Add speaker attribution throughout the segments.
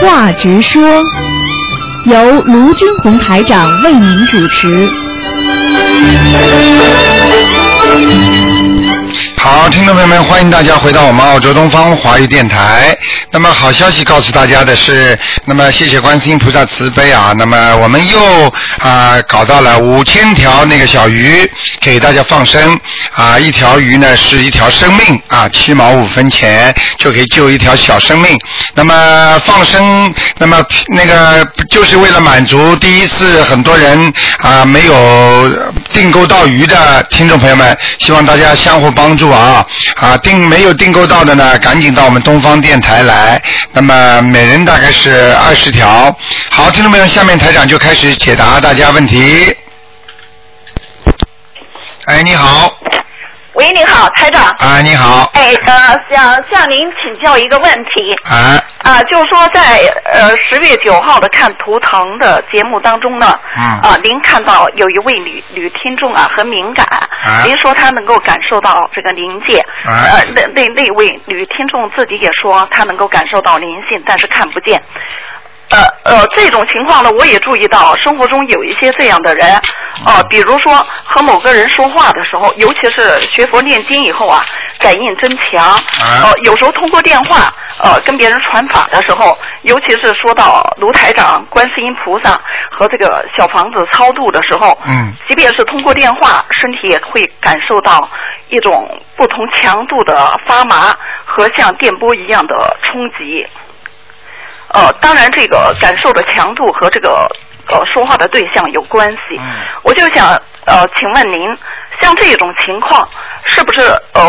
Speaker 1: 话直说，由卢军红台长为您主持。
Speaker 2: 好，听众朋友们，欢迎大家回到我们澳洲东方华语电台。那么好消息告诉大家的是，那么谢谢观世音菩萨慈悲啊，那么我们又啊、搞到了五千条那个小鱼给大家放生啊，一条鱼呢是一条生命啊，七毛五分钱就可以救一条小生命。那么放生，那么那个就是为了满足第一次很多人啊没有订购到鱼的听众朋友们，希望大家相互帮助啊啊订没有订购到的呢，赶紧到我们东方电台来。那么每人大概是二十条。好，听众朋友，下面台长就开始解答大家问题。哎，你好，
Speaker 3: 喂，你好，台长。
Speaker 2: 啊，你好，
Speaker 3: 哎，呃，想向您请教一个问题
Speaker 2: 啊，
Speaker 3: 啊、就是说在呃十月九号的看图腾的节目当中呢，
Speaker 2: 嗯
Speaker 3: 啊、您看到有一位女女听众啊很敏感，
Speaker 2: 啊
Speaker 3: 您说她能够感受到这个灵界，
Speaker 2: 啊
Speaker 3: 呃，那那那位女听众自己也说她能够感受到灵性，但是看不见。呃呃，这种情况呢，我也注意到，生活中有一些这样的人，哦、比如说和某个人说话的时候，尤其是学佛念经以后啊，感应真强，
Speaker 2: 啊
Speaker 3: 哦、有时候通过电话，呃，跟别人传法的时候，尤其是说到卢台长、观世音菩萨和这个小房子超度的时候，
Speaker 2: 嗯
Speaker 3: 即便是通过电话，身体也会感受到一种不同强度的发麻和像电波一样的冲击。呃，当然这个感受的强度和这个呃说话的对象有关系。
Speaker 2: 嗯
Speaker 3: 我就想呃，请问您，像这种情况，是不是呃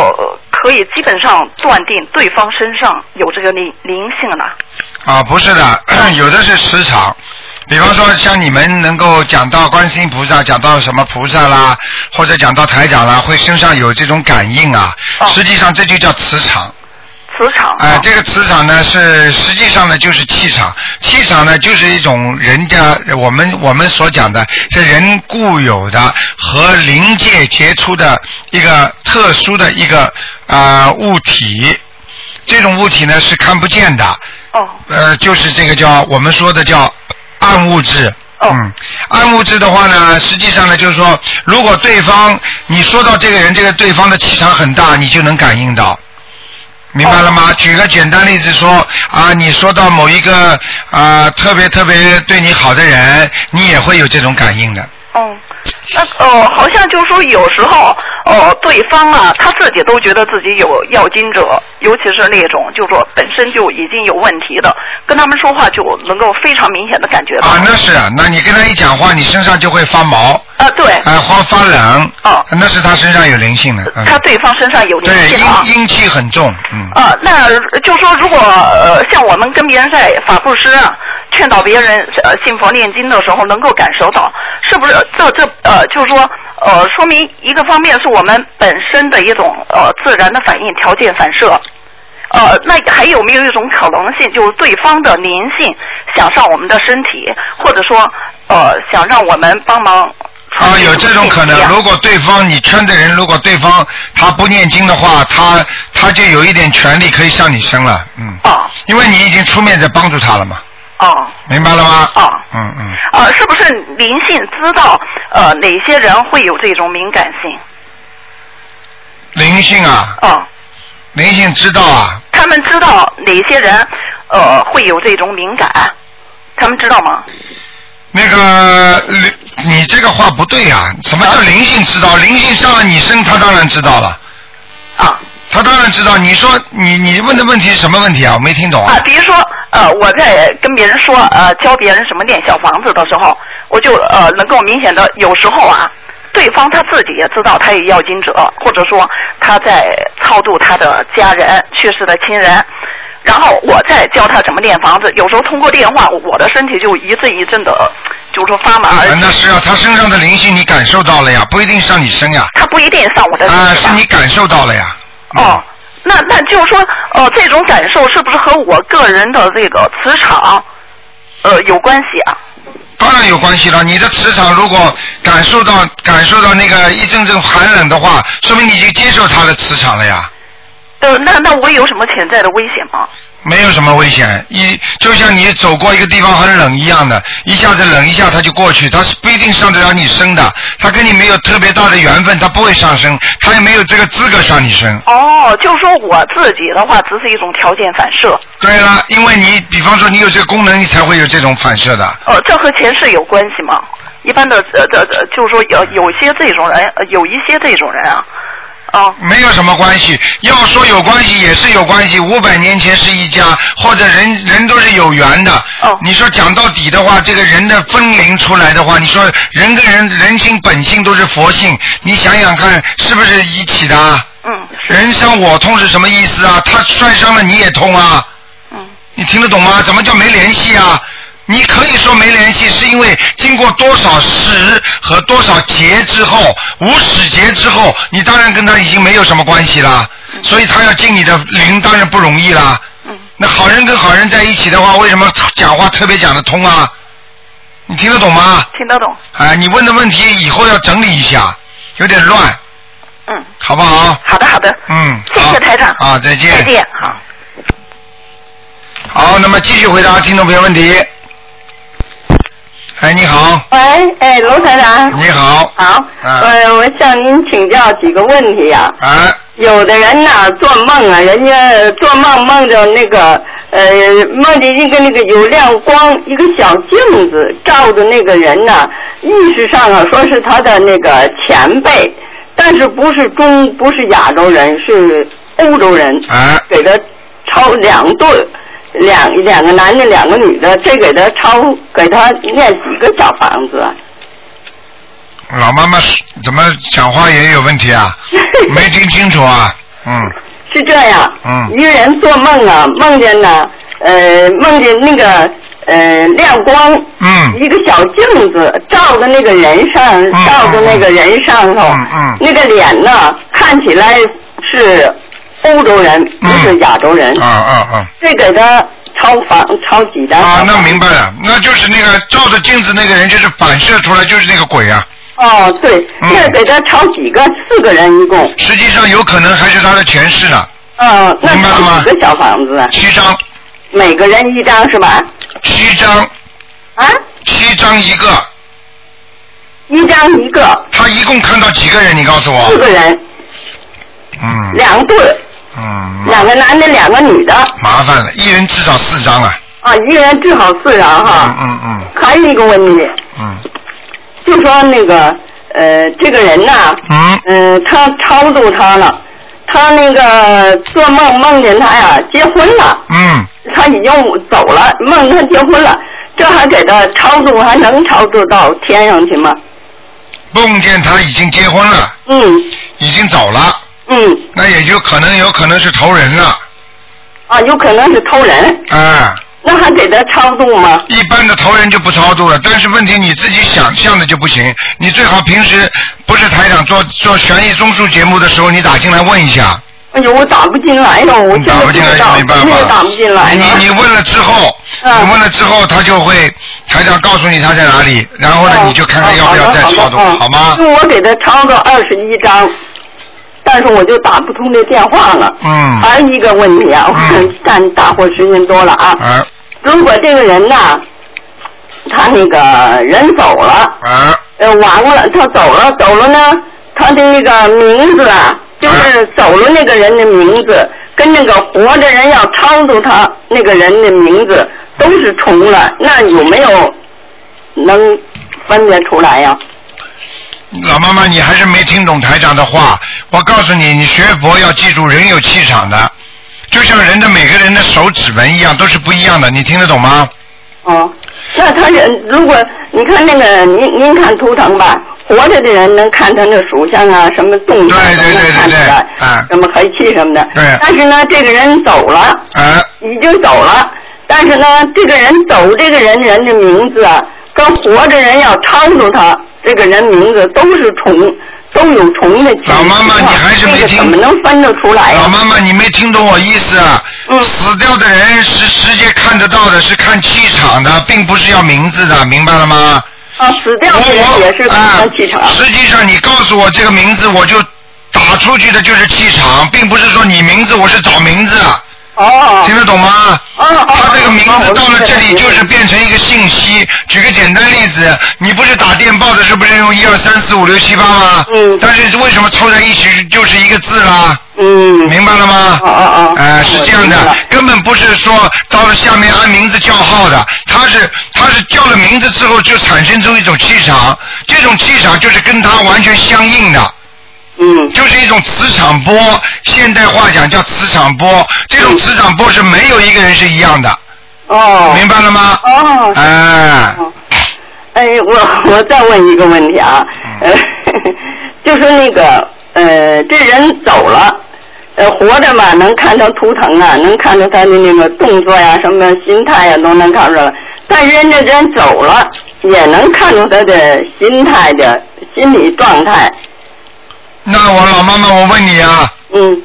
Speaker 3: 可以基本上断定对方身上有这个灵灵性呢？
Speaker 2: 啊，不是的， 有的是磁场。比方说，像你们能够讲到观世音菩萨，讲到什么菩萨啦，或者讲到台长啦，会身上有这种感应啊。
Speaker 3: 哦
Speaker 2: 实际上，这就叫磁场。
Speaker 3: 磁场
Speaker 2: 啊、这个磁场呢是实际上呢就是气场，气场呢就是一种人家我们我们所讲的这人固有的和灵界结出的一个特殊的一个啊、呃物体，这种物体呢是看不见的，
Speaker 3: 哦
Speaker 2: 呃，就是这个叫我们说的叫暗物质。
Speaker 3: 哦
Speaker 2: 嗯，暗物质的话呢，实际上呢，就是说，如果对方你说到这个人，这个对方的气场很大，你就能感应到，明白了吗？
Speaker 3: 哦
Speaker 2: 举个简单例子说，啊，你说到某一个啊特别特别对你好的人，你也会有这种感应的。
Speaker 3: 哦，那哦，好像就是说有时候哦，对方啊，他自己都觉得自己有要经者，尤其是那种就是说本身就已经有问题的，跟他们说话就能够非常明显的感觉到。
Speaker 2: 啊，那是，那你跟他一讲话，你身上就会发毛，
Speaker 3: 啊，对，
Speaker 2: 啊、发发冷，
Speaker 3: 哦
Speaker 2: 那是他身上有灵性的。嗯、
Speaker 3: 他对方身上有灵
Speaker 2: 对
Speaker 3: 性啊。
Speaker 2: 阴阴气很重，嗯。
Speaker 3: 啊，那就说如果呃，像我们跟别人在法布施啊，劝导别人呃信佛念经的时候，能够感受到，是不是这这呃，就是说呃，说明一个方面是我们本身的一种呃自然的反应，条件反射。呃，那还有没有一种可能性，就是对方的灵性想上我们的身体，或者说呃想让我们帮忙？
Speaker 2: 啊，有这种可能。如果对方你圈的人，如果对方他不念经的话，他他就有一点权利可以上你身了，嗯，
Speaker 3: 哦
Speaker 2: 因为你已经出面在帮助他了嘛，
Speaker 3: 哦
Speaker 2: 明白了吗？
Speaker 3: 哦
Speaker 2: 嗯嗯，
Speaker 3: 呃，是不是灵性知道呃哪些人会有这种敏感性？
Speaker 2: 灵性啊，
Speaker 3: 哦、
Speaker 2: 灵性知道啊，
Speaker 3: 他们知道哪些人呃会有这种敏感，他们知道吗？
Speaker 2: 那个灵你这个话不对呀、什么叫灵性知道？灵性上了你身，他当然知道了，
Speaker 3: 啊
Speaker 2: 他当然知道。你说你你问的问题是什么问题啊？我没听懂
Speaker 3: 啊，比如说呃，我在跟别人说呃教别人什么念小房子的时候，我就呃能够明显的有时候啊。对方他自己也知道他有要经者，或者说他在超度他的家人、去世的亲人，然后我再教他怎么念房子。有时候通过电话，我的身体就一阵一阵的，就是说发麻，而
Speaker 2: 啊，那是啊，他身上的灵性你感受到了呀，不一定上你身呀，
Speaker 3: 他不一定上我的身
Speaker 2: 啊，
Speaker 3: 体吧
Speaker 2: 是你感受到了呀。嗯
Speaker 3: 哦，那那就是说，呃，这种感受是不是和我个人的这个磁场，呃，有关系啊？
Speaker 2: 当然有关系了。你的磁场如果感受到感受到那个一阵阵寒冷的话，说明你已经接受它的磁场了呀。
Speaker 3: 呃，那那我有什么潜在的危险吗？
Speaker 2: 没有什么危险，一就像你走过一个地方很冷一样的，一下子冷一下它就过去，它是不一定上得了你身的，它跟你没有特别大的缘分，它不会上升，它也没有这个资格上你身。
Speaker 3: 哦，就是说我自己的话，只是一种条件反射。
Speaker 2: 对了，因为你比方说你有这个功能，你才会有这种反射的。
Speaker 3: 哦，这和前世有关系吗？一般的，呃，这、呃、就是说有有些这种人，呃有一些这种人啊，哦，
Speaker 2: 没有什么关系，要说有关系也是有关系。五百年前是一家，或者人人都是有缘的。
Speaker 3: 哦
Speaker 2: 你说讲到底的话，这个人的分灵出来的话，你说人跟人人性本性都是佛性，你想想看是不是一起的啊？
Speaker 3: 嗯，是，
Speaker 2: 人伤我痛是什么意思啊？他摔伤了你也痛啊？
Speaker 3: 嗯，
Speaker 2: 你听得懂吗？怎么叫没联系啊？你可以说没联系，是因为经过多少时和多少劫之后，无始劫之后，你当然跟他已经没有什么关系啦，所以他要进你的灵，当然不容易啦。
Speaker 3: 嗯，
Speaker 2: 那好人跟好人在一起的话，为什么讲话特别讲得通啊？你听得懂吗？
Speaker 3: 听得懂，
Speaker 2: 哎，你问的问题以后要整理一下，有点乱，
Speaker 3: 嗯，
Speaker 2: 好不好？
Speaker 3: 好的好的，
Speaker 2: 嗯，
Speaker 3: 谢
Speaker 2: 好
Speaker 3: 谢台长，
Speaker 2: 啊，再见，
Speaker 3: 再见，好。
Speaker 2: 好，那么继续回答听众朋友问题。哎，你好，
Speaker 4: 喂，哎，罗台长，
Speaker 2: 你好，
Speaker 4: 好，
Speaker 2: 啊
Speaker 4: 呃，我向您请教几个问题啊。
Speaker 2: 哎，
Speaker 4: 有的人呐、做梦啊，人家做梦梦着那个，呃，梦见一个那个有亮光，一个小镜子照着那个人呐、意识上啊说是他的那个前辈，但是不是中，不是亚洲人，是欧洲人。
Speaker 2: 哎，
Speaker 4: 给他抄两对，两两个男的，两个女的，这给他抄，给他念几个小房子啊？
Speaker 2: 老妈妈是怎么讲话也有问题啊？没听清楚啊？嗯，
Speaker 4: 是这样，
Speaker 2: 嗯
Speaker 4: 一个人做梦啊，梦见呢，呃，梦见那个呃亮光，
Speaker 2: 嗯
Speaker 4: 一个小镜子照着那个人上，
Speaker 2: 嗯
Speaker 4: 照着那个人上头，
Speaker 2: 嗯嗯
Speaker 4: 那个脸呢看起来是欧洲人，不是
Speaker 2: 嗯
Speaker 4: 亚洲人，
Speaker 2: 啊啊啊！
Speaker 4: 这给他抄房抄几张？
Speaker 2: 啊，那明白了，那就是那个照着镜子那个人，就是反射出来就是那个鬼啊。
Speaker 4: 哦，对，
Speaker 2: 嗯
Speaker 4: 那给他抄几个？四个人一共。
Speaker 2: 实际上有可能还是他的前世呢。
Speaker 4: 嗯，那
Speaker 2: 明白了吗
Speaker 4: 抄几个小房子啊？
Speaker 2: 七张，
Speaker 4: 每个人一张是吧？
Speaker 2: 七张，
Speaker 4: 啊，
Speaker 2: 七张一个，
Speaker 4: 一张一个，
Speaker 2: 他一共看到几个人？你告诉
Speaker 4: 四
Speaker 2: 我。
Speaker 4: 个人，
Speaker 2: 嗯
Speaker 4: 两对，
Speaker 2: 嗯，
Speaker 4: 两个男的，两个女的，
Speaker 2: 麻烦了，一人至少四张啊。
Speaker 4: 啊，一个人至少四张
Speaker 2: 嗯
Speaker 4: 哈。
Speaker 2: 嗯嗯
Speaker 4: 还有一个问题，
Speaker 2: 嗯
Speaker 4: 就说那个呃，这个人呐、
Speaker 2: 嗯
Speaker 4: 嗯、他超度他了，他那个做梦梦见他呀结婚了。
Speaker 2: 嗯，
Speaker 4: 他已经走了，梦他结婚了，这还给他超度，还能超度到天上去吗？
Speaker 2: 梦见他已经结婚了，
Speaker 4: 嗯
Speaker 2: 已经走了，
Speaker 4: 嗯，
Speaker 2: 那也就可能有可能是投人了，
Speaker 4: 啊，有可能是偷人，
Speaker 2: 啊。
Speaker 4: 那还给他超度吗？
Speaker 2: 一般的投人就不超度了，但是问题你自己想象的就不行，你最好平时不是台长做做悬疑综述节目的时候，你打进来问一下，
Speaker 4: 哎呦，我打不进来了，我
Speaker 2: 你
Speaker 4: 现
Speaker 2: 打
Speaker 4: 在
Speaker 2: 不
Speaker 4: 不
Speaker 2: 进来
Speaker 4: 知道，
Speaker 2: 就没办
Speaker 4: 现在打
Speaker 2: 法
Speaker 4: 不进来
Speaker 2: 你
Speaker 4: 了。
Speaker 2: 你你问了之后，
Speaker 4: 嗯
Speaker 2: 你问了之后，他就会台长告诉你他在哪里，然后呢
Speaker 4: 哦
Speaker 2: 你就看看要不要再超度，
Speaker 4: 好的嗯
Speaker 2: 好吗？
Speaker 4: 因为我给他超度二十一张，但是我就打不通这电话了。
Speaker 2: 嗯，
Speaker 4: 还有一个问题啊，
Speaker 2: 嗯
Speaker 4: 我干大伙时间多了啊，
Speaker 2: 啊
Speaker 4: 如果这个人呐、他那个人走了。
Speaker 2: 啊
Speaker 4: 呃，完了，他走了，走了呢，他的那个名字啊，就是走了那个人的名字，跟那个活着人要超度他那个人的名字都是重了，那有没有能分别出来呀、
Speaker 2: 老妈妈，你还是没听懂台长的话。我告诉你，你学佛要记住，人有气场的，就像人的每个人的手指纹一样，都是不一样的。你听得懂吗？
Speaker 4: 哦，那他人如果你看那个您您看图腾吧，活着的人能看他那属相啊，什么动向
Speaker 2: 对
Speaker 4: 都
Speaker 2: 对对
Speaker 4: 能看出
Speaker 2: 对对
Speaker 4: 来，
Speaker 2: 啊
Speaker 4: 什么黑气什么的。
Speaker 2: 对
Speaker 4: 但是呢，这个人走了。
Speaker 2: 啊，
Speaker 4: 已经走了，但是呢，这个人走，这个人人的名字啊，跟活着人要超度他，这个人名字都是重，都有重的情况。
Speaker 2: 老妈妈你还是没
Speaker 4: 这个
Speaker 2: 听
Speaker 4: 怎么能分得出哎来呀、
Speaker 2: 老妈妈，你没听懂我意思啊？
Speaker 4: 嗯
Speaker 2: 死掉的人是直接看得到的，是看气场的，并不是要名字的，明白了吗？
Speaker 4: 啊，死掉的
Speaker 2: 我
Speaker 4: 人也是
Speaker 2: 啊
Speaker 4: 看气场。
Speaker 2: 实际上，你告诉我这个名字，我就打出去的就是气场，并不是说你名字，我是找名字。啊
Speaker 4: 哦
Speaker 2: 听得懂吗？
Speaker 4: 哦哦，
Speaker 2: 他这个名
Speaker 4: 哦
Speaker 2: 字到了这里就是。变成一个信息。举个简单例子，你不是打电报的时候不是用一二三四五六七八吗？
Speaker 4: 嗯
Speaker 2: 但是为什么凑在一起就是一个字啦？
Speaker 4: 我明白了嗯，
Speaker 2: 明白了吗？
Speaker 4: 哦哦哦
Speaker 2: 呃，是这样
Speaker 4: 我明
Speaker 2: 的
Speaker 4: 白了，
Speaker 2: 根本不是说到了下面按名字叫号的，他是他是叫了名字之后就产生出一种气场，这种气场就是跟他完全相应的。
Speaker 4: 嗯
Speaker 2: 就是一种磁场波，现代话讲叫磁场波。这种磁场波是没有一个人是一样的，
Speaker 4: 哦，
Speaker 2: 明白了吗？
Speaker 4: 哦，
Speaker 2: 哎、
Speaker 4: 哦哎，我我再问一个问题啊，
Speaker 2: 嗯
Speaker 4: 呃，就是那个呃，这人走了，呃，活着嘛，能看到图腾啊，能看到他的那个动作呀、什么心态呀、都能看出来。但是人家人走了，也能看出他的心态的心理状态。
Speaker 2: 那我老妈妈，我问你啊，
Speaker 4: 嗯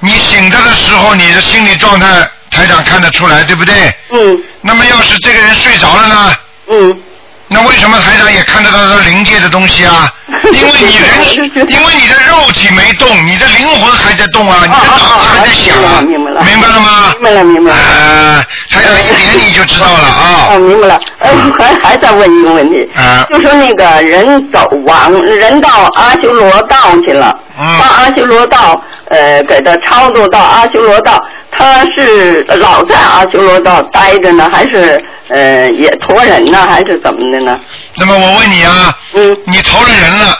Speaker 2: 你醒着的时候，你的心理状态，台长看得出来，对不对？
Speaker 4: 嗯
Speaker 2: 那么要是这个人睡着了呢？
Speaker 4: 嗯，
Speaker 2: 那为什么台长也看得到他灵界的东西 啊？因为你人，因为你的肉体没动，你的灵魂还在动
Speaker 4: 哦
Speaker 2: 啊，你的脑子还在想啊，
Speaker 4: 明白了
Speaker 2: 明白了吗
Speaker 4: 明？白了明白了。
Speaker 2: 呃，台长一点你就知道了
Speaker 4: 哦，
Speaker 2: 啊。
Speaker 4: 明白了。呃，我还还再问一个问题，
Speaker 2: 啊
Speaker 4: 就说那个人走往人到阿修罗道去了，
Speaker 2: 嗯
Speaker 4: 到阿修罗道，呃，给他超度到阿修罗道，他是老在阿修罗道待着呢，还是呃也托人呢，还是怎么的呢？
Speaker 2: 那么我问你啊，
Speaker 4: 嗯，
Speaker 2: 你投了人了，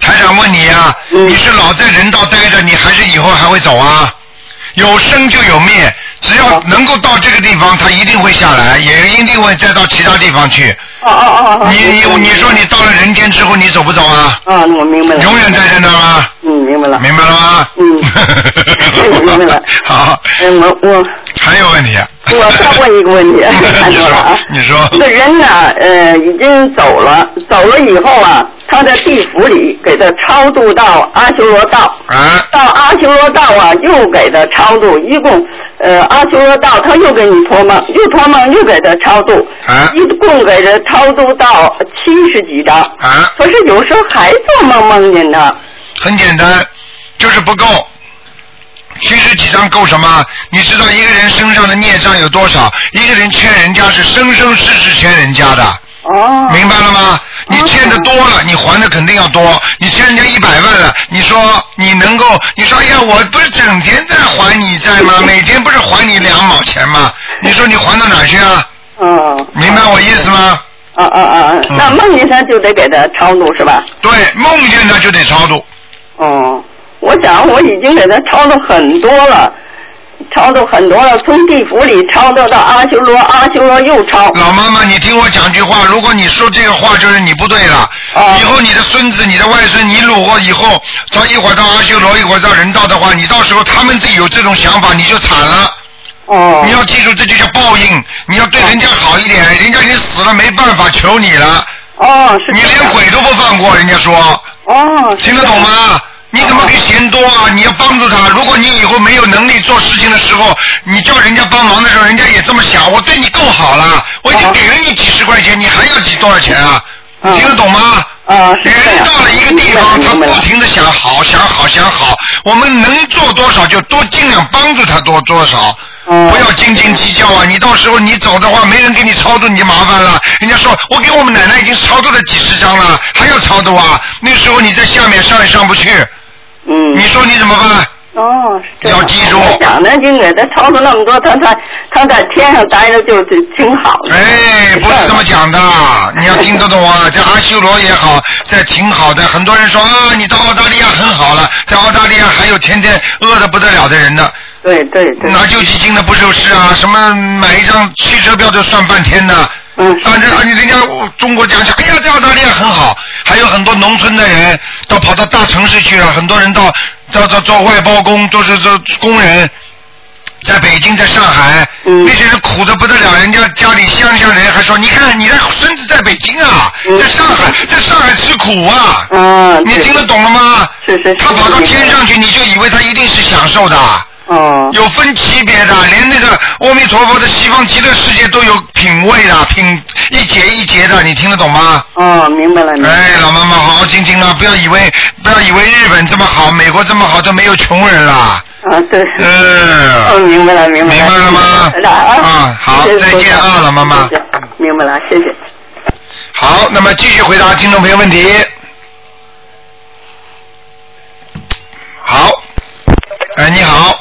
Speaker 2: 台长问你啊，
Speaker 4: 嗯
Speaker 2: 你是老在人道待着，你还是以后还会走啊？有生就有灭，只要
Speaker 4: 好
Speaker 2: 能够到这个地方，他一定会下来，也一定会再到其他地方去。
Speaker 4: 哦哦哦哦，
Speaker 2: 你你你说你到了人间之后，你走不走啊？
Speaker 4: 哦，那我明白了，
Speaker 2: 永远待在那儿啊，
Speaker 4: 嗯，明白了，
Speaker 2: 明白了吗？
Speaker 4: 嗯明白了
Speaker 2: 好，
Speaker 4: 嗯，我我。
Speaker 2: 还有问题？
Speaker 4: 我再问一个 问题，太
Speaker 2: 你
Speaker 4: 多了啊
Speaker 2: 说，！你说。
Speaker 4: 这人呢，呃，已经走了，走了以后啊，他在地府里给他超度到阿修罗道，
Speaker 2: 啊，
Speaker 4: 到阿修罗道啊，又给他超度，一共，呃，阿修罗道他又给你托梦，又托梦又给他超度，
Speaker 2: 啊
Speaker 4: 一共给他超度到七十几张，
Speaker 2: 啊，
Speaker 4: 可是有时候还做梦梦见他，
Speaker 2: 很简单，就是不够。七十几张够什么？你知道一个人身上的孽障有多少？一个人欠人家是生生世世欠人家的，
Speaker 4: 哦，
Speaker 2: 明白了吗？你欠的多了，你还的肯定要多。你欠人家一百万了，你说你能够？你说哎呀，我不是整天在还你债吗？每天不是还你两毛钱吗？你说你还到哪儿去啊？
Speaker 4: 嗯，
Speaker 2: 明白我意思吗？
Speaker 4: 啊啊啊，
Speaker 2: 嗯
Speaker 4: 那梦见他就得给他超度是吧？
Speaker 2: 对，梦见他就得超度。
Speaker 4: 哦，我想我已经给他超度很多了，超度很多了，从地府里超度到阿修罗，阿修罗又超。
Speaker 2: 老妈妈，你听我讲句话，如果你说这个话，就是你不对了。
Speaker 4: 啊
Speaker 2: 以后你的孙子、你的外孙，你掳获以后，到一会儿到阿修罗，一会儿到人道的话，你到时候他们自己有这种想法，你就惨了。
Speaker 4: 哦
Speaker 2: 你要记住，这就叫报应。你要对人家好一点，人家已经死了，没办法，求你了，
Speaker 4: 哦，是
Speaker 2: 你
Speaker 4: 这
Speaker 2: 连
Speaker 4: 样。
Speaker 2: 鬼都不放过。人家说，
Speaker 4: 哦，是
Speaker 2: 听得懂吗？你怎么可以嫌多啊？你要帮助他。如果你以后没有能力做事情的时候，你叫人家帮忙的时候，人家也这么想，我对你够好了，我已经
Speaker 4: 啊
Speaker 2: 给了你几十块钱，你还要几多少钱啊？
Speaker 4: 嗯
Speaker 2: 听得懂吗？
Speaker 4: 这样？啊，是这
Speaker 2: 人
Speaker 4: 样。
Speaker 2: 到了一个地方，他不停的想好，想好，想好。我们能做多少就多尽量帮助他多多少，
Speaker 4: 嗯
Speaker 2: 不要斤斤计较啊！你到时候你走的话，没人给你超度，你就麻烦了。人家说我给我们奶奶已经超度了几十张了，还要超度啊？那时候你在下面上也上不去，
Speaker 4: 嗯。
Speaker 2: 你说你怎么办？
Speaker 4: 哦，是这样
Speaker 2: 要记住
Speaker 4: 我想呢，就给他超度那么多，他他他在天上待着就就挺好的。
Speaker 2: 哎，不是这么讲的，你要听得懂啊！在阿修罗也好，在挺好的。很多人说啊，你到澳大利亚很好了，在澳大利亚还有天天饿得不得了的人呢。
Speaker 4: 对对对。
Speaker 2: 拿救济金的不就是啊？什么买一张汽车票都算半天呢？
Speaker 4: 嗯。
Speaker 2: 反正啊人家中国讲讲，哎呀，在澳大利亚很好，还有很多农村的人到跑到大城市去了，很多人到到到做外包工，都是做工人，在北京，在上海，
Speaker 4: 嗯
Speaker 2: 那些人苦的不得了，人家家里乡下人还说，你看你的孙子在北京啊，
Speaker 4: 嗯
Speaker 2: 在上海，在上海吃苦啊，
Speaker 4: 嗯，
Speaker 2: 你
Speaker 4: 对
Speaker 2: 听得懂了吗？
Speaker 4: 是是是
Speaker 2: 他跑到天上去，你就以为他一定是享受的。
Speaker 4: 啊
Speaker 5: 哦，
Speaker 2: 有分级别的，连那个阿弥陀佛的西方极乐世界都有品位的，品一节一节的，你听得懂吗？
Speaker 5: 哦，明白了，
Speaker 4: 嗯
Speaker 5: 明白了。
Speaker 2: 哎，老妈妈，好好精进啊！不要以为不要以为日本这么好，美国这么好，都没有穷人啦。
Speaker 5: 啊，对。哦，
Speaker 2: 嗯，
Speaker 5: 明白了，明白了。
Speaker 2: 明白了吗
Speaker 5: 那啊
Speaker 2: 啊，好
Speaker 5: 谢谢
Speaker 2: 再见啊
Speaker 5: 罗台长
Speaker 2: 老妈妈
Speaker 5: 谢谢明白了，谢谢。
Speaker 2: 好，那么继续回答听众朋友问题。好，哎，你好，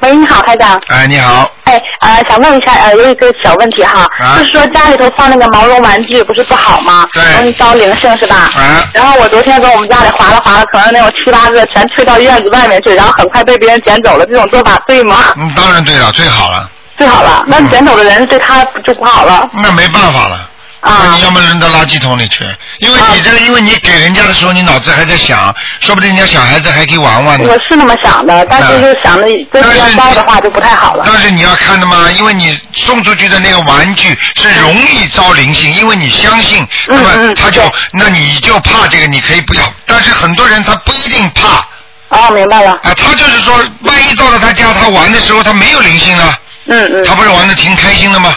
Speaker 4: 喂，你好，台长。
Speaker 2: 哎，你好，
Speaker 4: 哎，呃，想问一下，呃，有一个小问题哈，
Speaker 2: 啊
Speaker 4: 就是说家里头放那个毛绒玩具不是不好吗？
Speaker 2: 对
Speaker 4: 容易招灵性是吧？
Speaker 2: 啊
Speaker 4: 然后我昨天跟我们家里划拉划拉，可能那种七八个全推到院子外面去，然后很快被别人捡走了，这种做法对吗？
Speaker 2: 嗯，当然对了，最好了，
Speaker 4: 最好了，那
Speaker 2: 嗯
Speaker 4: 捡走的人对他就不好了
Speaker 2: 那没办法了。那
Speaker 4: 啊
Speaker 2: 你。要么扔到垃圾桶里去，因为你这个，因为你给人家的时候，你脑子还在想，说不定人家小孩子还可以玩玩呢。
Speaker 4: 我是那么想的，但是就想着真
Speaker 2: 嗯但
Speaker 4: 是
Speaker 2: 是
Speaker 4: 要招的话就不太好了。
Speaker 2: 但是你要看的嘛，因为你送出去的那个玩具是容易招灵性，因为你相信，那
Speaker 4: 嗯
Speaker 2: 么
Speaker 4: 嗯
Speaker 2: 他就，那你就怕这个，你可以不要。但是很多人他不一定怕
Speaker 4: 哦，明白了。
Speaker 2: 啊，他就是说，万一到了他家，他玩的时候他没有灵性了，
Speaker 4: 嗯嗯。
Speaker 2: 他不是玩的挺开心的吗？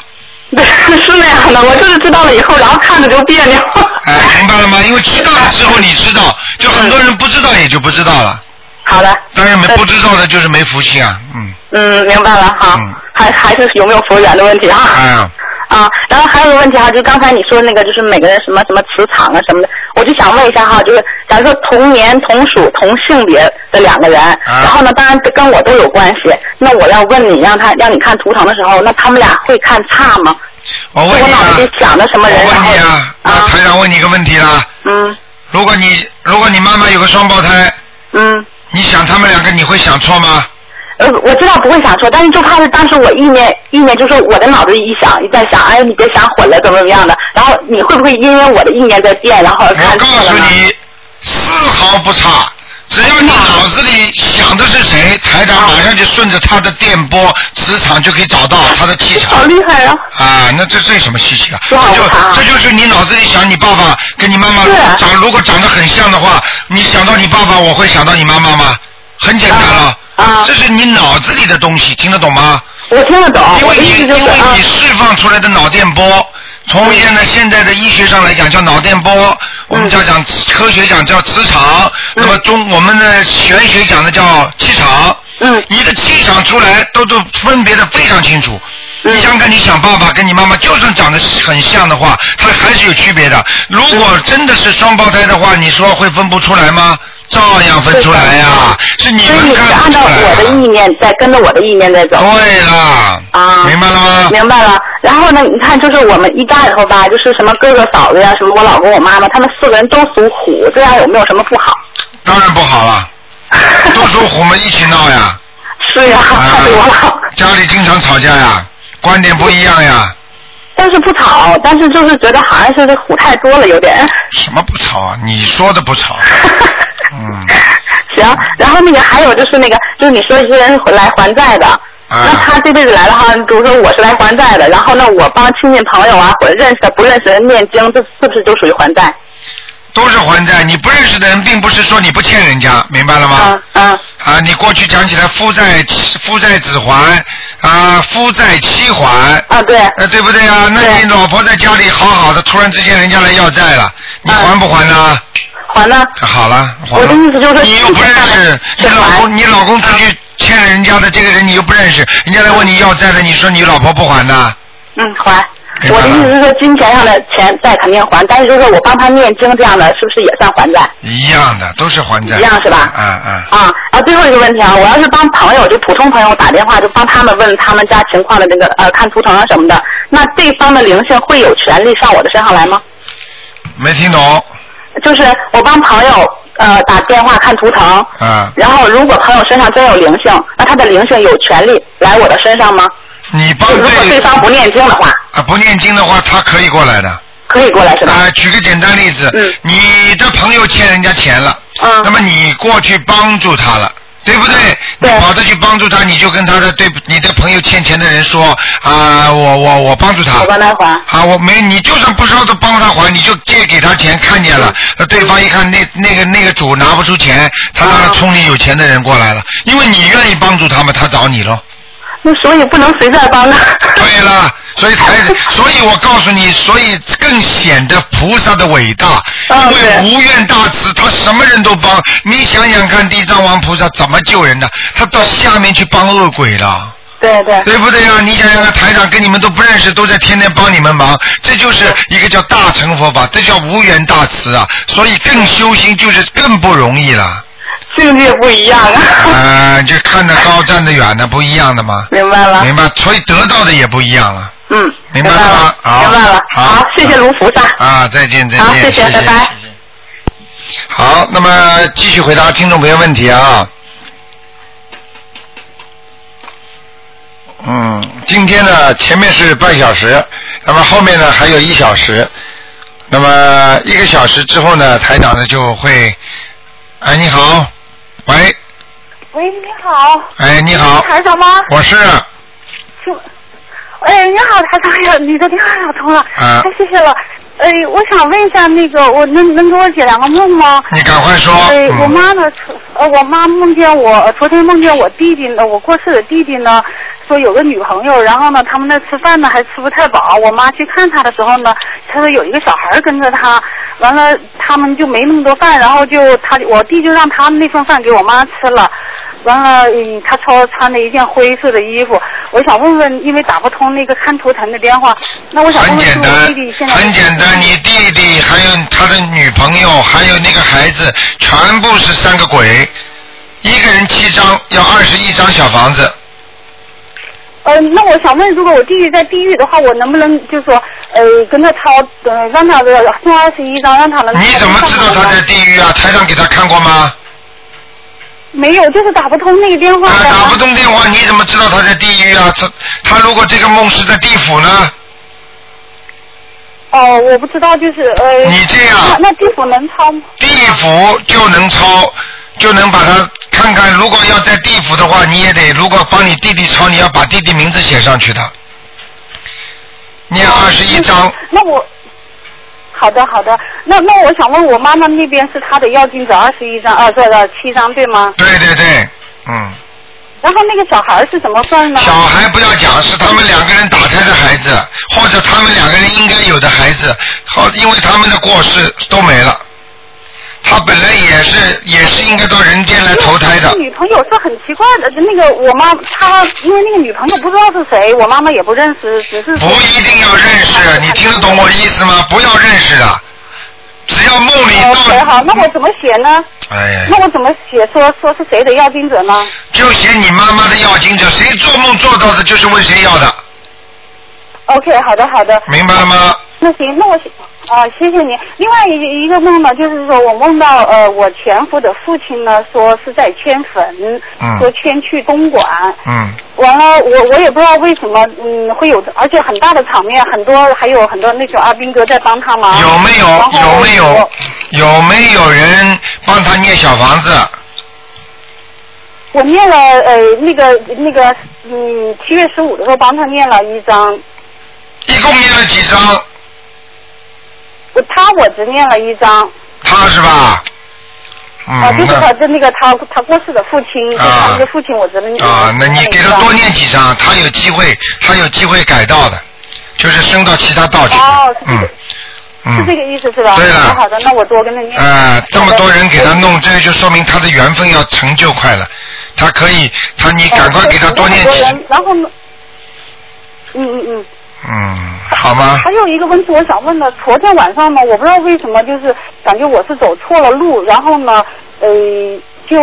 Speaker 4: 对， 是那样的，我就是知道了以后，然后看着就别扭。
Speaker 2: 哎，明白了吗？因为知道了之后，你知道，就很多人不知道也就不知道了。
Speaker 4: 好的。
Speaker 2: 当然没不知道的就是没福气啊，嗯，
Speaker 4: 嗯，明白了哈，
Speaker 2: 嗯
Speaker 4: 还还是有没有佛缘的问题哈。
Speaker 2: 哎呀，
Speaker 4: 啊，然后还有个问题哈，就刚才你说那个，就是每个人什么什么磁场啊什么的，我就想问一下哈，就是假如说同年同属同性别的两个人，
Speaker 2: 啊
Speaker 4: 然后呢，当然这跟我都有关系，那我要问你，让他让你看图腾的时候，那他们俩会看差吗？
Speaker 2: 我问
Speaker 4: 我
Speaker 2: 你
Speaker 4: 脑
Speaker 2: 啊
Speaker 4: 子，里想的什么人，
Speaker 2: 我
Speaker 4: 然
Speaker 2: 问
Speaker 4: 后
Speaker 2: 你啊，那
Speaker 4: 啊，
Speaker 2: 台长问你一个问题啦，
Speaker 4: 嗯
Speaker 2: 如果你如果你妈妈有个双胞胎，
Speaker 4: 嗯。
Speaker 2: 你想他们两个你会想错吗？
Speaker 4: 呃，我知道不会想错，但是就怕是当时我意念意念，就是我的脑子一想一在想，哎，你别想混了，怎么怎么样的，然后你会不会因为我的意念在变，然后而
Speaker 2: 我
Speaker 4: 看
Speaker 2: 告
Speaker 4: 错了
Speaker 2: 诉
Speaker 4: 呢？
Speaker 2: 你，丝毫不差。只要你脑子里想的是谁，台长马上就顺着他的电波磁场就可以找到他的气场
Speaker 4: 好厉害啊！
Speaker 2: 啊！那这这有什么稀奇啊？这
Speaker 4: 哇
Speaker 2: 就
Speaker 4: 我看啊
Speaker 2: 这就是你脑子里想你爸爸跟你妈妈
Speaker 4: 是啊
Speaker 2: 长如果长得很像的话，你想到你爸爸，我会想到你妈妈吗？很简单了，
Speaker 4: 啊啊
Speaker 2: 这是你脑子里的东西，听得懂吗？
Speaker 4: 我听得懂，
Speaker 2: 因
Speaker 4: 我
Speaker 2: 为
Speaker 4: 的
Speaker 2: 你
Speaker 4: 意思
Speaker 2: 因
Speaker 4: 就是
Speaker 2: 为
Speaker 4: 啊
Speaker 2: 你，释放出来的脑电波，从现在现在的医学上来讲叫脑电波，我
Speaker 4: 嗯
Speaker 2: 们叫讲科学讲叫磁场，那么中我们的玄学讲的叫气场。
Speaker 4: 嗯
Speaker 2: 你的气场出来都都分别的非常清楚。
Speaker 4: 嗯
Speaker 2: 你想想看，你想爸爸跟你妈妈就算长得很像的话，它还是有区别的。如果真的是双胞胎的话，你说会分不出来吗？照样分出来呀、是你
Speaker 4: 所以
Speaker 2: 们
Speaker 4: 你
Speaker 2: 看
Speaker 4: 是
Speaker 2: 不
Speaker 4: 按照
Speaker 2: 出来、啊
Speaker 4: 我的意念在跟着我的意念在走。
Speaker 2: 对啦，
Speaker 4: 啊
Speaker 2: 明白了吗？
Speaker 4: 明白了，然后呢？你看，就是我们一家里头吧，就是什么哥哥嫂子呀，什么我老公我妈妈，他们四个人都属虎，这样有没有什么不好？
Speaker 2: 当然不好了，都属虎们一起闹呀，
Speaker 4: 是呀，
Speaker 2: 啊
Speaker 4: 太多了。
Speaker 2: 家里经常吵架呀，观点不一样呀，
Speaker 4: 但是不吵，但是就是觉得好像是这虎太多了，有点。
Speaker 2: 什么不吵啊？你说的不吵，嗯，
Speaker 4: 行，然后那个还有就是那个，就是你说一些人来还债的，
Speaker 2: 啊
Speaker 4: 那 他这辈子来的话，比如说我是来还债的，然后呢，我帮亲戚朋友啊或者认识的不认识的人念经，这是不是就属于还债？
Speaker 2: 都是还债。你不认识的人，并不是说你不欠人家，明白了吗
Speaker 4: 啊？啊
Speaker 2: 啊，你过去讲起来夫债妻夫债子还啊，夫债妻还。
Speaker 4: 啊，对，
Speaker 2: 呃，对不对啊？那
Speaker 4: 对
Speaker 2: 你老婆在家里好好的，突然之间人家来要债了，你还不还呢？
Speaker 4: 还呢？
Speaker 2: 好了，好
Speaker 4: 啊我
Speaker 2: 了
Speaker 4: 的意思就是
Speaker 2: 你又不认识，
Speaker 4: 是
Speaker 2: 你老
Speaker 4: 还
Speaker 2: 公，你老公出去欠人家的这个人你又不认识，人家来问你要债的，你说你老婆不还呢？
Speaker 4: 嗯，还。
Speaker 2: 明白
Speaker 4: 我
Speaker 2: 了
Speaker 4: 的意思是说，金钱上的钱债肯定还，但是就是说我帮他念经这样的，是不是也算还债？
Speaker 2: 一样的，都是还债。
Speaker 4: 一样是吧
Speaker 2: 嗯嗯。
Speaker 4: 啊，然后最后一个问题啊，我要是帮朋友，就普通朋友打电话，就帮他们问他们家情况的那个呃，看图腾啊什么的，那对方的灵性会有权利上我的身上来吗？
Speaker 2: 没听懂，
Speaker 4: 就是我帮朋友呃打电话看图腾，
Speaker 2: 啊，
Speaker 4: 然后如果朋友身上真有灵性，那他的灵性有权利来我的身上吗？
Speaker 2: 你帮
Speaker 4: 就如果对
Speaker 2: 哦对
Speaker 4: 方不念经的话，
Speaker 2: 啊不念经的话，他可以过来的。
Speaker 4: 可以过来是吧？
Speaker 2: 啊，举个简单例子
Speaker 4: 嗯，
Speaker 2: 你的朋友欠人家钱了，
Speaker 4: 嗯
Speaker 2: 那么你过去帮助他了，对不对？你跑着去帮助他，你就跟他的对你的朋友欠钱的人说啊，我我我帮助他。
Speaker 6: 我帮他还。
Speaker 2: 啊，我没你就算不说的帮他还，你就借给他钱，看见了，那对方一看那那个那个主拿不出钱，他当然冲你有钱的人过来了，因为你愿意帮助他们，他找你喽。
Speaker 6: 那所以不能随便帮他。
Speaker 2: 对了，所以才，所以我告诉你，所以更显得菩萨的伟大，因为无愿大慈，他什么人都帮。你想想看，地藏王菩萨怎么救人的？他到下面去帮恶鬼了。
Speaker 6: 对对。
Speaker 2: 对不对呀、你想想看，台长跟你们都不认识，都在天天帮你们忙，这就是一个叫大乘佛法，这叫无缘大慈啊。所以更修行就是更不容易了。
Speaker 6: 性质不一样啊。
Speaker 2: 啊，就看得高站得远的不一样的嘛。
Speaker 6: 明白了。
Speaker 2: 明白，所以得到的也不一样了。
Speaker 6: 嗯，
Speaker 2: 明白了吗？好，
Speaker 6: 明白了。
Speaker 2: 好，
Speaker 6: 谢谢卢菩萨。
Speaker 2: 啊，再见，再见，
Speaker 6: 好，
Speaker 2: 谢
Speaker 6: 谢，拜拜。
Speaker 2: 好，那么继续回答听众朋友问题啊。嗯，今天呢，前面是半小时，那么后面呢还有一小时，那么一个小时之后呢，台长呢就会，哎，你好，喂，
Speaker 7: 喂，你好。
Speaker 2: 哎，你好，
Speaker 7: 台长吗？
Speaker 2: 我是，
Speaker 7: 请哎，你好，台长呀，你的电话打通了，
Speaker 2: 啊
Speaker 7: 太谢谢了。哎，我想问一下，那个我能能给我解两个梦吗？
Speaker 2: 你赶快说，
Speaker 7: 哎，我
Speaker 2: 嗯，
Speaker 7: 妈呢？呃，我妈梦见我，呃昨天梦见我弟弟呢，我过世的弟弟呢，说有个女朋友，然后呢，他们那吃饭呢还吃不太饱。我妈去看他的时候呢，他说有一个小孩跟着他，完了他们就没那么多饭，然后就他我弟就让他们那份饭给我妈吃了。完了，嗯，他穿穿的一件灰色的衣服，我想问问，因为打不通那个看图腾的电话，那我想问
Speaker 2: 很
Speaker 7: 问
Speaker 2: 简
Speaker 7: 是我
Speaker 2: 单
Speaker 7: 弟弟现，在
Speaker 2: 很简单，你弟弟还有他的女朋友，还有那个孩子，全部是三个鬼，一个人七张，要二十一张小房子。
Speaker 7: 呃，那我想问，如果我弟弟在地狱的话，我能不能就说，呃，跟他抄，呃，让他的送二十一张，让他能？
Speaker 2: 你怎么知道他在地狱啊？台上给他看过吗？
Speaker 7: 没有，就是打不通那个电话。
Speaker 2: 啊，打不通电话，你怎么知道他在地狱啊？他他如果这个梦是在地府呢？
Speaker 7: 哦，我不知道，就是呃。
Speaker 2: 你这样
Speaker 7: 那那地府能抄吗？
Speaker 2: 地府就能抄，就能把他看看。如果要在地府的话，你也得如果帮你弟弟抄，你要把弟弟名字写上去的。念二十
Speaker 7: 哦
Speaker 2: 一章，
Speaker 7: 那我。好的，好的。那那我想问，我妈妈那边是她的要金子二十一张，呃，这个七张对吗？
Speaker 2: 对对对，嗯，
Speaker 7: 然后那个小孩是怎么算呢？
Speaker 2: 小孩不要讲，是他们两个人打胎的孩子，或者他们两个人应该有的孩子，好，因为他们的过世都没了。他本来也是也是应该到人间来投胎的
Speaker 7: 那，女朋友是很奇怪的，那个我妈她因为那个女朋友不知道是谁，我妈妈也不认识，只是
Speaker 2: 不一定要认识，你听得懂我意思吗？不要认识的，只要梦里
Speaker 7: 谁哦好？
Speaker 2: 到，
Speaker 7: 那我怎么写呢？
Speaker 2: 哎呀，
Speaker 7: 那我怎么写说说是谁的要经者呢？
Speaker 2: 就写你妈妈的要经者，谁做梦做到的，就是问谁要的，
Speaker 7: OK，好的好的，
Speaker 2: 明白了吗？
Speaker 7: 那行，那我写啊、谢谢您。另外一一个梦呢，就是说我梦到呃，我前夫的父亲呢，说是在迁坟，
Speaker 2: 嗯
Speaker 7: 说迁去东莞，
Speaker 2: 嗯，
Speaker 7: 完了，我我也不知道为什么，嗯，会有，而且很大的场面，很多还有很多那种阿兵哥在帮他忙。
Speaker 2: 有没有
Speaker 7: 然后
Speaker 2: 有没有
Speaker 7: 我
Speaker 2: 有没有人帮他念小房子？
Speaker 7: 我念了呃那个那个嗯七月十五的时候帮他念了一张，
Speaker 2: 一共念了几张？
Speaker 7: 我他我只念了一张，
Speaker 2: 他是吧？
Speaker 7: 啊、
Speaker 2: 嗯，
Speaker 7: 就是他
Speaker 2: 那
Speaker 7: 的那个他他过世的父亲，就是
Speaker 2: 啊
Speaker 7: 他那个父亲，我只能
Speaker 2: 啊，那
Speaker 7: 哎
Speaker 2: 你给他多
Speaker 7: 念
Speaker 2: 念几张，他有机会，他有机会改道的，就是升到其他道
Speaker 7: 一
Speaker 2: 去
Speaker 7: 张。
Speaker 2: 的。嗯
Speaker 7: 哦，是这个是这
Speaker 2: 嗯，
Speaker 7: 个意思是吧？
Speaker 2: 对了
Speaker 7: 好的好的，那我多跟他念。
Speaker 2: 啊，这么多人给他
Speaker 7: 好的
Speaker 2: 弄，这就说明他的缘分要成就快了。他可以，他你赶快给他多念
Speaker 7: 哎很
Speaker 2: 几
Speaker 7: 多，人然后呢？嗯嗯嗯。
Speaker 2: 嗯，好吗？
Speaker 7: 还有一个问题我想问的，昨天晚上呢，我不知道为什么，就是感觉我是走错了路，然后呢，呃，就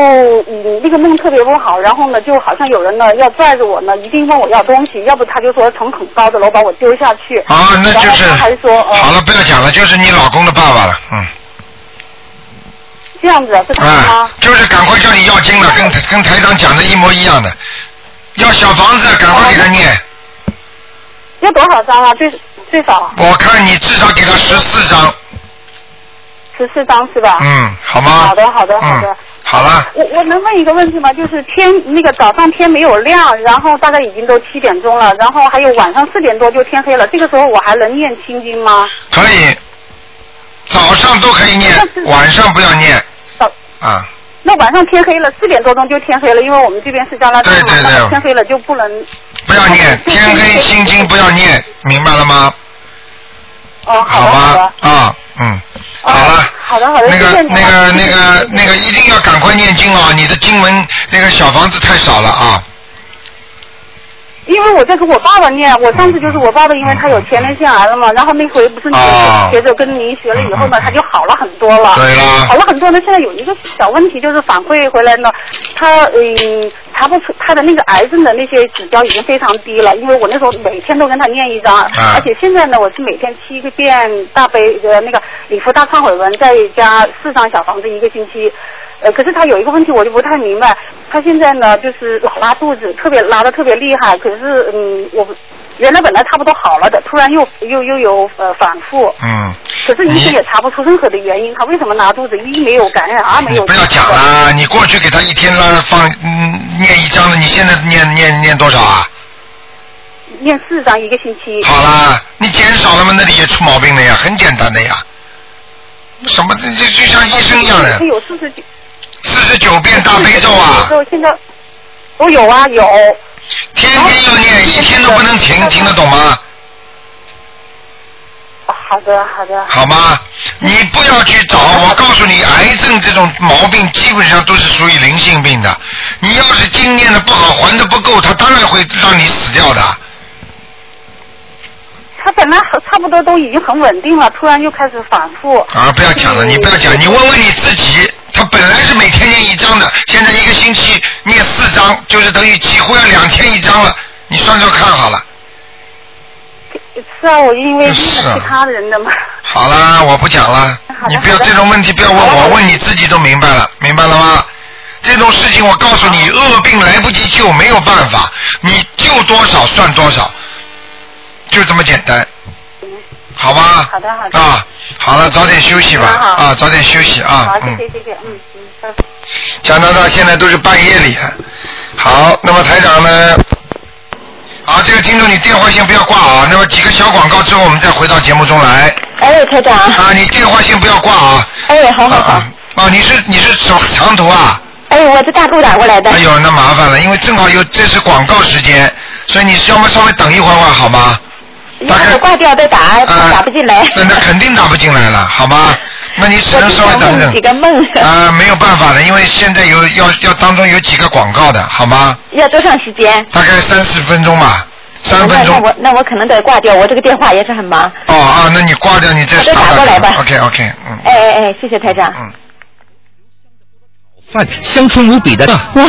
Speaker 7: 嗯那个梦特别不好，然后呢，就好像有人呢要拽着我呢，一定问我要东西，要不他就说从很高的楼把我丢下去。
Speaker 2: 啊，那就
Speaker 7: 然后
Speaker 2: 是
Speaker 7: 他还说，
Speaker 2: 好
Speaker 7: 呃，
Speaker 2: 了，不要讲了，就是你老公的爸爸了，嗯，
Speaker 7: 这样子是哦他
Speaker 2: 啊
Speaker 7: 吗？，
Speaker 2: 就是赶快叫你要经了，跟跟台长讲的一模一样的，要小房子，赶快给他念。
Speaker 7: 要多少张啊？最最少
Speaker 2: 我看你至少给他十四张，
Speaker 7: 十四张是吧？
Speaker 2: 嗯，好吗？
Speaker 7: 好的，好的，好的
Speaker 2: 嗯。好了，
Speaker 7: 我我能问一个问题吗？就是天那个早上天没有亮，然后大概已经都七点钟了，然后还有晚上四点多就天黑了，这个时候我还能念心经吗？
Speaker 2: 可以，早上都可以念，晚上不要念
Speaker 7: 早
Speaker 2: 啊。
Speaker 7: 那晚上天黑了，四点多钟就天黑了，因为我们这边是加拿大嘛，
Speaker 2: 对对对
Speaker 7: 晚上天黑了就不能
Speaker 2: 不要念，天黑心经不要念，明白了吗？
Speaker 7: 哦，
Speaker 2: 好
Speaker 7: 的好
Speaker 2: 吧
Speaker 7: 的，哦
Speaker 2: 啊，嗯，好了。
Speaker 7: 好的好的，
Speaker 2: 那
Speaker 7: 谢
Speaker 2: 个
Speaker 7: 谢你啊。
Speaker 2: 那个那个那个，一定要赶快念经啊！你的经文那个小房子太少了啊。
Speaker 7: 因为我在给我爸爸念，我上次就是我爸爸，因为他有前列腺癌了嘛，然后那回不是您
Speaker 2: 哦
Speaker 7: 学着跟您学了以后呢，他就好了很多了。
Speaker 2: 对啦
Speaker 7: 啊好了很多呢，现在有一个小问题，就是反馈回来呢，他嗯查不出他的那个癌症的那些指标已经非常低了，因为我那时候每天都跟他念一张，
Speaker 2: 啊
Speaker 7: 而且现在呢，我是每天七个遍大悲呃那个礼佛大忏悔文，再加四张小房子一个星期。呃，可是他有一个问题，我就不太明白。他现在呢，就是老拉肚子，特别拉的特别厉害。可是，嗯，我不原来本来差不多好了的，突然又又又有呃反复。
Speaker 2: 嗯，
Speaker 7: 可是医生
Speaker 2: 你
Speaker 7: 也查不出任何的原因，他为什么拉肚子？一没有感染，二没
Speaker 2: 你
Speaker 7: 有。
Speaker 2: 不要讲。啦，你过去给他一天拉放嗯念一章的，你现在念念念多少啊？
Speaker 7: 念四张一个星期。
Speaker 2: 好啦，你减少了嘛，那里也出毛病了呀，很简单的呀。
Speaker 7: 嗯
Speaker 2: 什么这这就像医生一样的
Speaker 7: 哦他，有四十九。
Speaker 2: 四十九遍大悲咒
Speaker 7: 有
Speaker 2: 啊
Speaker 7: 时，候现在我有啊有，
Speaker 2: 天天要念，一天都不能停，听得懂吗？
Speaker 7: 哦好的好的。
Speaker 2: 好吗？你不要去找，我告诉你，癌症这种毛病基本上都是属于灵性病的。你要是经验的不好，还的不够，它当然会让你死掉的。啊
Speaker 7: 他本来很差不多都已经很稳定了，突然又开始反复。
Speaker 2: 啊，不要讲
Speaker 7: 嗯
Speaker 2: 了，你不要讲，你问问你自己，他本来是每天念一章的，现在一个星期念四章，就是等于几乎要两天一章了。你算算看好了。
Speaker 7: 是啊，我因为
Speaker 2: 是
Speaker 7: 念
Speaker 2: 啊
Speaker 7: 了其他人的嘛。
Speaker 2: 好啦，我不讲了
Speaker 7: 好，的
Speaker 2: 你不要
Speaker 7: 好的
Speaker 2: 这种问题不要问
Speaker 7: 好
Speaker 2: 我，
Speaker 7: 的
Speaker 2: 问你自己都明白了，明白了吗？这种事情我告诉你，恶病来不及救，没有办法，你救多少算多少，就这么简单，好吧？
Speaker 7: 好的好的
Speaker 2: 啊，好了，早点休息吧，
Speaker 7: 好好
Speaker 2: 啊，早点休息啊
Speaker 7: 好，，谢
Speaker 2: 嗯。
Speaker 7: 谢谢谢，嗯嗯，拜拜。
Speaker 2: 加拿大现在都是半夜里。啊好，那么台长呢？好，这个听众你电话先不要挂啊。那么几个小广告之后，我们再回到节目中来。
Speaker 6: 哎，台长，
Speaker 2: 啊，你电话先不要挂啊。
Speaker 6: 哎，好好好
Speaker 2: 啊，哦，你是你是走长途啊？
Speaker 6: 哎，我是大陆打过来的
Speaker 2: 哎，呦，那麻烦了，因为正好有这是广告时间，所以你要么稍微等一会儿会儿好吗？
Speaker 6: 一
Speaker 2: 大
Speaker 6: 会
Speaker 2: 概
Speaker 6: 儿挂掉再打，
Speaker 2: 啊，
Speaker 6: 哎打不进来。
Speaker 2: 那那肯定打不进来了，好吗？那你只
Speaker 6: 我
Speaker 2: 能
Speaker 6: 经
Speaker 2: 稍微
Speaker 6: 常
Speaker 2: 等
Speaker 6: 梦几个
Speaker 2: 等。
Speaker 6: 梦，
Speaker 2: 啊，没有办法了，因为现在有要要当中有几个广告的，好吗？
Speaker 6: 要多长时间？
Speaker 2: 大概三四分钟吧，三
Speaker 6: 那
Speaker 2: 分
Speaker 6: 那
Speaker 2: 钟。
Speaker 6: 我那我可能得挂掉，我这个电话也是很忙。
Speaker 2: 哦啊，那你挂掉，你再
Speaker 6: 我再打过来吧
Speaker 2: OK OK，嗯
Speaker 6: 哎哎哎哎，谢谢台长。
Speaker 2: 嗯。
Speaker 8: 饭香醇无比的哇，